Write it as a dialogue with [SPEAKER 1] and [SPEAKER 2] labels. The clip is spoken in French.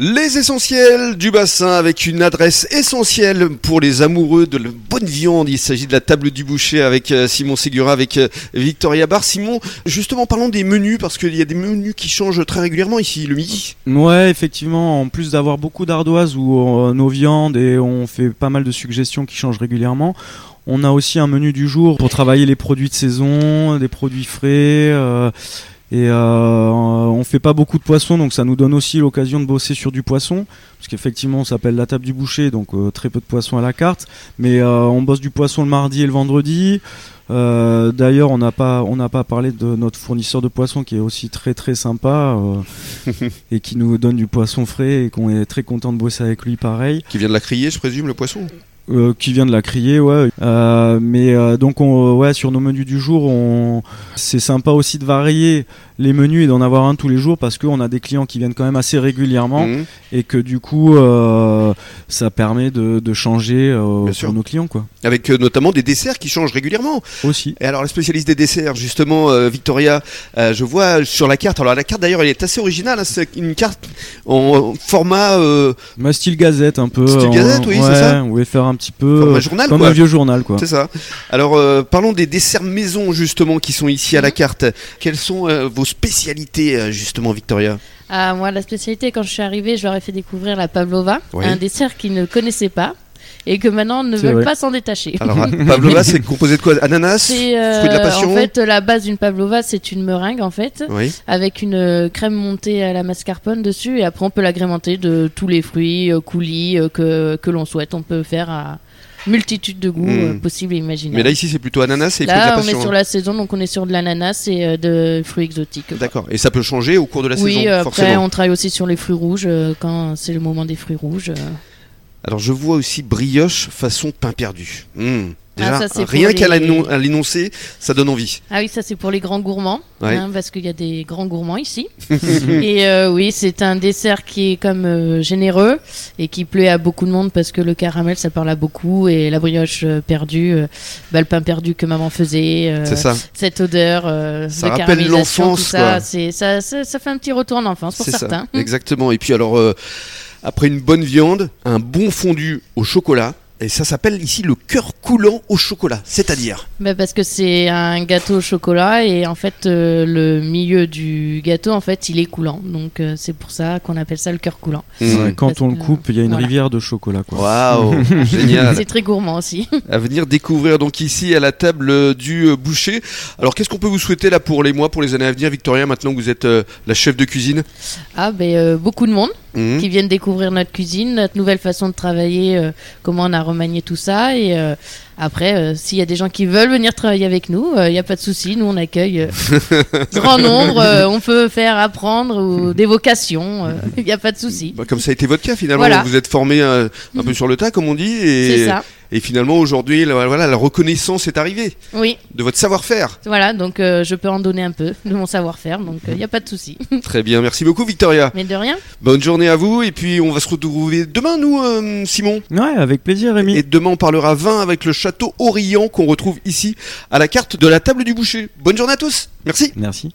[SPEAKER 1] Les essentiels du bassin avec une adresse essentielle pour les amoureux de la bonne viande. Il s'agit de la table du boucher avec euh, Simon Segura, avec euh, Victoria Bar. Simon, justement, parlons des menus parce qu'il y a des menus qui changent très régulièrement ici le midi.
[SPEAKER 2] Ouais, effectivement, en plus d'avoir beaucoup d'ardoises où euh, nos viandes et on fait pas mal de suggestions qui changent régulièrement, on a aussi un menu du jour pour travailler les produits de saison, des produits frais. euh, et euh, on fait pas beaucoup de poissons, donc ça nous donne aussi l'occasion de bosser sur du poisson, parce qu'effectivement on s'appelle la table du boucher, donc euh, très peu de poissons à la carte. Mais euh, on bosse du poisson le mardi et le vendredi. Euh, D'ailleurs, on n'a pas on n'a pas parlé de notre fournisseur de poissons qui est aussi très très sympa euh, et qui nous donne du poisson frais et qu'on est très content de bosser avec lui pareil.
[SPEAKER 1] Qui vient de la crier, je présume, le poisson.
[SPEAKER 2] Euh, qui vient de la crier, ouais. Euh, mais euh, donc, on, ouais, sur nos menus du jour, on... c'est sympa aussi de varier les menus et d'en avoir un tous les jours parce qu'on a des clients qui viennent quand même assez régulièrement
[SPEAKER 1] Mhm.
[SPEAKER 2] et que du coup, euh, ça permet de, de changer euh,
[SPEAKER 1] Bien
[SPEAKER 2] pour
[SPEAKER 1] sûr.
[SPEAKER 2] nos clients, quoi.
[SPEAKER 1] Avec euh, notamment des desserts qui changent régulièrement.
[SPEAKER 2] Aussi.
[SPEAKER 1] Et alors, la spécialiste des desserts, justement, euh, Victoria, euh, je vois sur la carte. Alors, la carte d'ailleurs, elle est assez originale. hein, C'est une carte en format, euh,
[SPEAKER 2] Mais style gazette un peu.
[SPEAKER 1] Style
[SPEAKER 2] on-
[SPEAKER 1] gazette, oui, c'est
[SPEAKER 2] ouais,
[SPEAKER 1] ça.
[SPEAKER 2] On voulait faire un petit peu.
[SPEAKER 1] format
[SPEAKER 2] euh,
[SPEAKER 1] journal,
[SPEAKER 2] comme
[SPEAKER 1] quoi.
[SPEAKER 2] un vieux journal, quoi.
[SPEAKER 1] C'est ça. Alors, euh, parlons des desserts maison, justement, qui sont ici à la carte. Quelles sont euh, vos spécialités, euh, justement, Victoria
[SPEAKER 3] Ah, moi, la spécialité, quand je suis arrivée, je leur ai fait découvrir la pavlova,
[SPEAKER 1] Oui.
[SPEAKER 3] un dessert qu'ils ne connaissaient pas et que maintenant ne
[SPEAKER 2] C'est
[SPEAKER 3] veulent
[SPEAKER 2] vrai.
[SPEAKER 3] pas s'en détacher.
[SPEAKER 1] Alors, euh, pavlova, c'est composé de quoi Ananas
[SPEAKER 3] C'est euh,
[SPEAKER 1] Fruit de la passion
[SPEAKER 3] en fait la base d'une pavlova, c'est une meringue en fait,
[SPEAKER 1] Oui.
[SPEAKER 3] avec une euh, crème montée à la mascarpone dessus, et après on peut l'agrémenter de tous les fruits, euh, coulis euh, que, que l'on souhaite. On peut faire à multitude de goûts
[SPEAKER 1] Mm.
[SPEAKER 3] euh, possibles et imaginables.
[SPEAKER 1] Mais là, ici, c'est plutôt ananas et fruit de
[SPEAKER 3] Là,
[SPEAKER 1] la
[SPEAKER 3] on
[SPEAKER 1] passion. hein.
[SPEAKER 3] est sur la saison, donc on est sur de l'ananas et euh, de fruits exotiques. quoi.
[SPEAKER 1] hein. D'accord. Et ça peut changer au cours de la
[SPEAKER 3] oui,
[SPEAKER 1] saison,
[SPEAKER 3] euh, après
[SPEAKER 1] forcément.
[SPEAKER 3] on travaille aussi sur les fruits rouges euh, quand c'est le moment des fruits rouges. euh.
[SPEAKER 1] Alors, je vois aussi brioche façon pain perdu. Hmm. Déjà,
[SPEAKER 3] Ah, ça, c'est
[SPEAKER 1] rien
[SPEAKER 3] pour
[SPEAKER 1] qu'à
[SPEAKER 3] les-
[SPEAKER 1] l'annon- à l'énoncer, ça donne envie.
[SPEAKER 3] Ah oui, ça c'est pour les grands gourmands,
[SPEAKER 1] Ouais.
[SPEAKER 3] hein, parce qu'il y a des grands gourmands ici. et euh, oui, c'est un dessert qui est comme euh, généreux et qui plaît à beaucoup de monde parce que le caramel ça parle à beaucoup et la brioche euh, perdue, euh, bah, le pain perdu que maman faisait, euh,
[SPEAKER 1] C'est ça.
[SPEAKER 3] cette odeur euh,
[SPEAKER 1] Ça
[SPEAKER 3] de
[SPEAKER 1] rappelle
[SPEAKER 3] caramélisation,
[SPEAKER 1] l'enfance,
[SPEAKER 3] tout ça,
[SPEAKER 1] quoi.
[SPEAKER 3] c'est ça, ça, ça fait un petit retour en enfance pour
[SPEAKER 1] C'est ça.
[SPEAKER 3] certains. Hmm.
[SPEAKER 1] Exactement. Et puis, alors, euh, après une bonne viande, un bon fondu au chocolat. Et ça s'appelle ici le cœur coulant au chocolat. C'est-à-dire.
[SPEAKER 3] Bah, parce que c'est un gâteau au chocolat et en fait euh, le milieu du gâteau en fait il est coulant, donc euh, c'est pour ça qu'on appelle ça le cœur coulant.
[SPEAKER 2] Ouais,
[SPEAKER 3] Parce
[SPEAKER 2] Quand on le
[SPEAKER 3] que-
[SPEAKER 2] coupe, il y a une
[SPEAKER 3] voilà.
[SPEAKER 2] rivière de chocolat, quoi.
[SPEAKER 1] Hmm. Waouh, génial.
[SPEAKER 3] C'est très gourmand aussi.
[SPEAKER 1] À venir découvrir donc ici à la table euh, du euh, boucher. Alors qu'est-ce qu'on peut vous souhaiter là pour les mois, pour les années à venir, Victoria, maintenant que vous êtes euh, la chef de cuisine
[SPEAKER 3] Ah, ben euh, beaucoup de monde
[SPEAKER 1] Mhm.
[SPEAKER 3] qui viennent découvrir notre cuisine, notre nouvelle façon de travailler, euh, comment on a remanié tout ça. Et euh, après, euh, s'il y a des gens qui veulent venir travailler avec nous, euh, il n'y a pas de souci, nous on accueille euh, grand nombre, euh, on peut faire apprendre ou des vocations, euh, il n'y a pas de souci.
[SPEAKER 1] Bah, comme ça a été votre cas finalement,
[SPEAKER 3] Voilà. Hmm.
[SPEAKER 1] vous êtes formé euh, un peu sur le tas comme on dit,
[SPEAKER 3] C'est
[SPEAKER 1] et,
[SPEAKER 3] ça,
[SPEAKER 1] et finalement aujourd'hui la- voilà, la reconnaissance est arrivée
[SPEAKER 3] oui,
[SPEAKER 1] de votre savoir-faire.
[SPEAKER 3] voilà, donc euh, je peux en donner un peu de mon savoir-faire, donc euh, il n'y a pas de souci.
[SPEAKER 1] Très bien, merci beaucoup Victoria.
[SPEAKER 3] Mais de rien,
[SPEAKER 1] Bonne journée à vous et puis on va se retrouver demain nous euh, Simon.
[SPEAKER 2] Ouais, avec plaisir, Rémi.
[SPEAKER 1] Et demain on parlera vin avec le château Orient qu'on retrouve ici à la carte de la table du boucher. Bonne journée à tous, merci.
[SPEAKER 2] Merci.